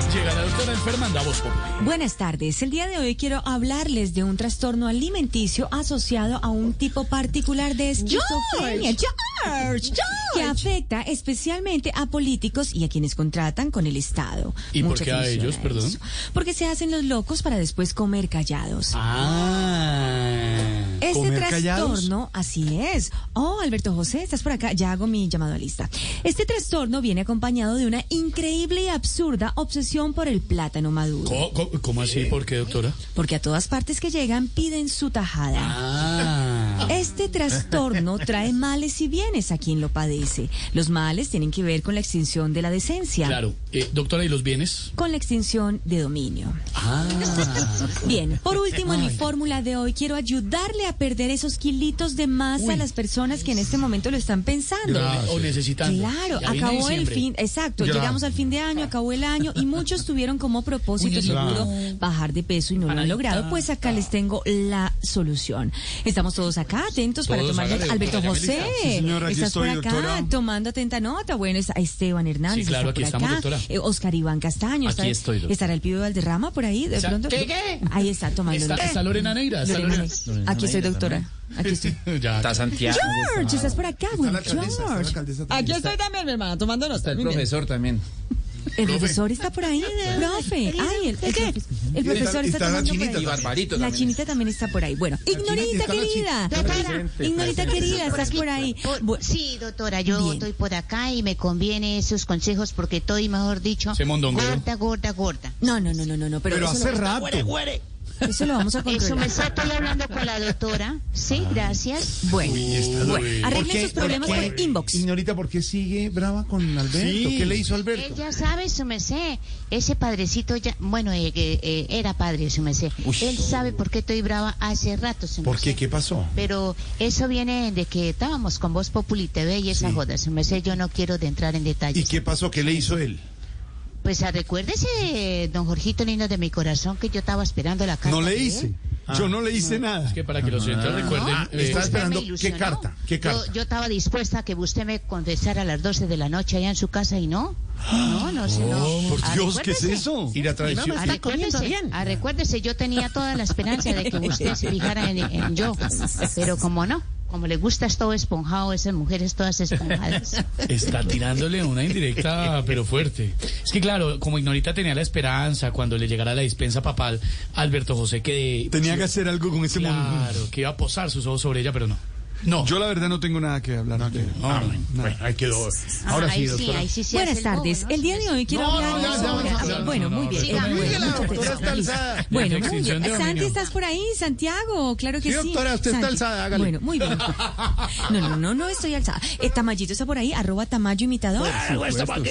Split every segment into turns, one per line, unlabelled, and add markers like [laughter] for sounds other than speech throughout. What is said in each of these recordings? Doctora Fernanda Voz
Buenas tardes. El día de hoy quiero hablarles de un trastorno alimenticio asociado a un tipo particular de esquizofrenia.
George,
que
George.
afecta especialmente a políticos y a quienes contratan con el Estado.
¿Y por
Mucha
qué a
atención
ellos, perdón?
eso. Porque se hacen los locos para después comer callados.
Ah.
Este
¿Comer callados?
trastorno, así es. Oh, Alberto José, estás por acá. Ya hago mi llamado a lista. Este trastorno viene acompañado de una increíble y absurda obsesión por el plátano maduro.
¿Cómo, cómo- cómo así? ¿Por qué, doctora?
Porque a todas partes que llegan piden su tajada.
Ah.
Este trastorno trae males y bienes a quien lo padece. Los males tienen que ver con la extinción de la decencia,
Claro. Eh, doctora, ¿y los bienes?
con la extinción de dominio.
Ah.
Bien, por último, en mi fórmula de hoy quiero ayudarle a perder esos kilitos de más
Uy.
a las personas que en este momento lo están pensando.
O necesitando.
Claro,
Ya viene
acabó el
diciembre.
fin, exacto,
Gracias.
llegamos al fin de año, acabó el año y muchos tuvieron como propósito
Uy,
seguro
claro.
bajar de peso y no lo han
Panadita.
logrado, pues acá les tengo la solución. Estamos todos acá atentos para
Todos,
tomar nota.
hágale,
Alberto
doctora
José,
Yamelita.
Sí, señora, aquí
estás por
estoy,
acá
doctora.
tomando atenta nota. Bueno, está Esteban Hernández,
Sí, claro,
está por
aquí estamos,
acá.
doctora.
Eh, Oscar Iván Castaño,
Aquí
está-
estoy, doctora.
estará el pibe Valderrama por ahí de
O sea,
pronto.
¿qué, qué?
Ahí está tomando
Está,
nota.
está Lorena Neira. Está
eh, Lorena,
Lorena.
Aquí estoy, doctora. Aquí estoy.
Ya.
Está Santiago.
George, estás por acá, güey. George. ah,
Aquí estoy también, mi hermana, tomando nota.
Está el
Muy bien.
profesor también.
El profesor está por ahí, profe. Ay, el, el, profe- el profesor
Y
está,
está la
tomando por
chinita
ahí.
Y Barbarito
La
también.
chinita también está por ahí. Bueno, ignorita
está la
querida. Ignorita querida, estás por ahí.
Por-
Bu-
sí, doctora, yo
Bien.
estoy por acá y me conviene esos consejos porque estoy, mejor dicho,
Se mondongueó.
gorda, gorda, gorda.
No, no, no, no, no, no, pero,
Pero
eso,
hace rato.
lo, eso lo vamos a
Eso me
controlar.
está, estoy hablando con la doctora. Sí,
Ah.
gracias.
Bueno,
está
bueno,
bien.
¿Por
arreglen
qué-
sus problemas
por
por,
qué-
inbox.
Señorita, ¿por qué sigue brava con Alberto?
Sí.
¿Qué le hizo Alberto?
Él ya sabe, su merced, ese padrecito ya, bueno, eh, que, eh, era padre, su merced. Él sabe por qué estoy brava hace rato, su
¿Por qué?
merced.
¿Qué pasó?
Pero eso viene de que estábamos con Voz Populi TV y esa joda, su merced, yo no quiero de entrar en detalles.
¿Y qué pasó? ¿Qué le hizo él?
Pues ah, recuérdese, don Jorgito lindo de mi corazón, que yo estaba esperando la carta.
No le
de él.
hice. Yo Ah. no le hice nada.
Es que para que los oyentes recuerden.
No,
eh,
Ah. está-
usted
esperando,
me ilusionó.
¿qué carta? ¿Qué
Yo-
carta?
Yo, estaba dispuesta a que usted me contestara a las 12 de la noche allá en su casa y no. No, no, sé, no. Ah,
Oh, Por Dios, ¿qué es
recuérdese.
eso? Y la traición.
Ah, recuérdese, ah, recuérdese, yo tenía toda la esperanza de que usted se fijara en, en yo, pero como no, como le gusta es todo esponjado, esas mujeres todas esponjadas.
eh, Está tirándole una
[laughs]
indirecta, pero fuerte. Es que claro, como Ignorita tenía la esperanza cuando le llegara la dispensa papal, Alberto José que
Tenía que hacer algo con ese mundo.
claro, que iba a posar sus ojos sobre ella, pero no. No.
Yo la verdad no tengo nada que hablar.
No, bueno, bueno, ahí quedó.
Ahora sí,
ahí sí,
doctora.
ahí sí se
Buenas
hace el bobo,
tardes.
¿no?
El día de hoy quiero
No, no,
hablar
ya, ya,
sobre-
vamos,
ah,
ya,
Bueno,
no,
muy
no,
bien.
no,
eh,
no,
bueno,
no,
mucha atención. Bueno, muy bien. Santi, ¿estás por ahí? Santiago, claro que sí.
Sí, doctora, usted está
Santi.
alzada, hágale.
Bueno, muy bien. No, no, no, no estoy alzada. Eh, Tamayito está por ahí, arroba Tamayo imitador.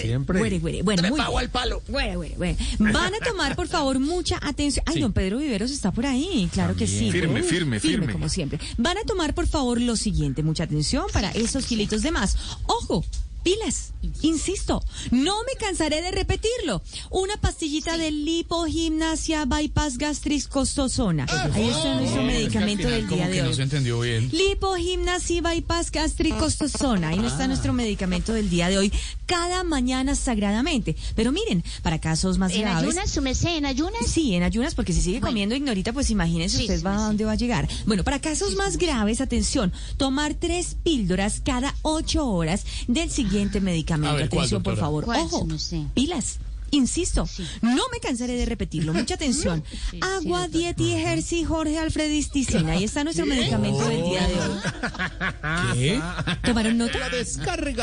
siempre.
Güere, güere. Bueno, muy bien. Güere, güere, güere. Van a tomar, por favor, mucha atención. Ay, don Pedro Viveros está por ahí, claro que sí.
Firme,
Uy,
firme, firme.
como siempre. Van a tomar, por favor, lo siguiente. Mucha atención para esos kilitos de más. Ojo. Pilas, insisto, no me cansaré de repetirlo. Una pastillita de lipogimnasia bypass gastriscostosona. Ahí está nuestro medicamento del día
Como
de
que no
hoy.
se entendió bien.
Lipogimnasia bypass gastricostosona. Ahí no
Ah.
está nuestro medicamento del día de hoy. Cada mañana sagradamente. Pero miren, para casos más
¿En
graves.
ayunas, su merced, en ayunas?
Sí, en ayunas, porque si sigue
Bueno.
comiendo ignorita, pues imagínense
Sí,
usted
sí,
va a
sí.
dónde va a llegar. Bueno, para casos más graves, atención, tomar tres píldoras cada ocho horas del siguiente medicamento.
A ver, ¿cuál,
atención, por
doctora?
favor.
Ah. ¿Cuál,
Ojo,
no sé?
pilas. Insisto,
Sí.
no me cansaré de
[laughs]
repetirlo. Mucha atención.
sí,
Agua,
doctora.
dieta y ejercicio, Jorge Alfred Isticina. Ahí está nuestro medicamento del día de
Oh.
hoy.
¿Qué?
¿Tomaron nota?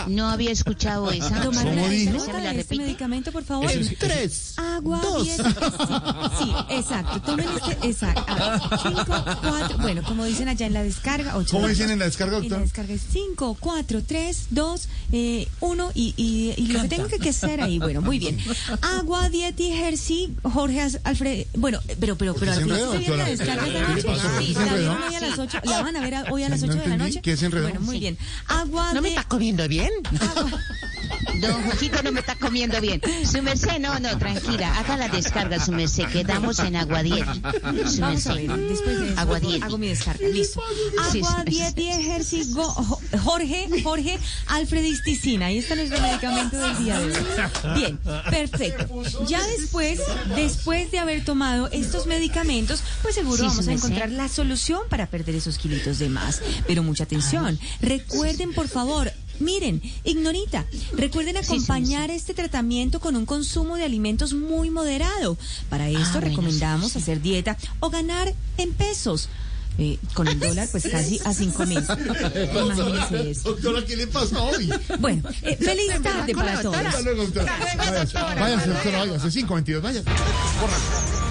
No había escuchado esa.
¿Tomaron
¿Se
nota
me la
de este
repite?
medicamento, por favor?
Eso es-
Agua, diez- Sí, sí, exacto. Tomen este, exacto. Ah, Cinco, cuatro, bueno, como dicen allá en la descarga, ocho.
¿Cómo dicen en la descarga,
En la
doctor?
descarga es cinco, cuatro, tres, dos, eh, uno, y, y, y lo que tengo que hacer ahí, bueno, muy bien. Agua, dieta y ejercicio, Jorge As- Alfred, bueno, eh, pero, pero, pero,
se
¿a ti
enredó,
se viene la
doctora?
descarga esta
¿Qué
noche?
pasó?
Sí,
¿Se
la
enredó?
vieron hoy a las ocho, la van a ver a- hoy a las
No
ocho de la
entendí.
noche.
¿Qué se enredó?
Bueno, muy bien. Agua,
No me
de-
estás comiendo bien.
agua-
[laughs] Don Jorgito no me está comiendo bien. Su merced, no, no, tranquila. Haga la descarga, su merced. Quedamos en Aguadieri. Su
Vamos a ver,
merced.
después de eso
Aguadiente.
hago mi descarga. Listo.
Sí,
Agua,
sí, sí.
10, 10, Hershey, Go- Jo- Jorge, Jorge, Alfredisticina. Ahí está este nuestro medicamento del día de hoy. Bien, perfecto. Ya después, después de haber tomado estos medicamentos, pues seguro
Sí,
vamos
sí,
a
me
encontrar
sé.
la solución para perder esos kilitos de más. Pero mucha atención. Recuerden, por favor, miren, ignorita, recuerden
sí, me sé.
acompañar este tratamiento con un consumo de alimentos muy moderado. Para esto
Ah, bueno,
recomendamos
sí, sí.
hacer dieta o ganar en pesos. Eh, con el dólar, pues casi a cinco mil. Imagínense eso.
Doctora, ¿qué le pasa hoy?
Bueno, eh, feliz tarde para todos.
Hasta luego, doctora. Váyase, váyase, doctora, váyase. 5.22, váyase.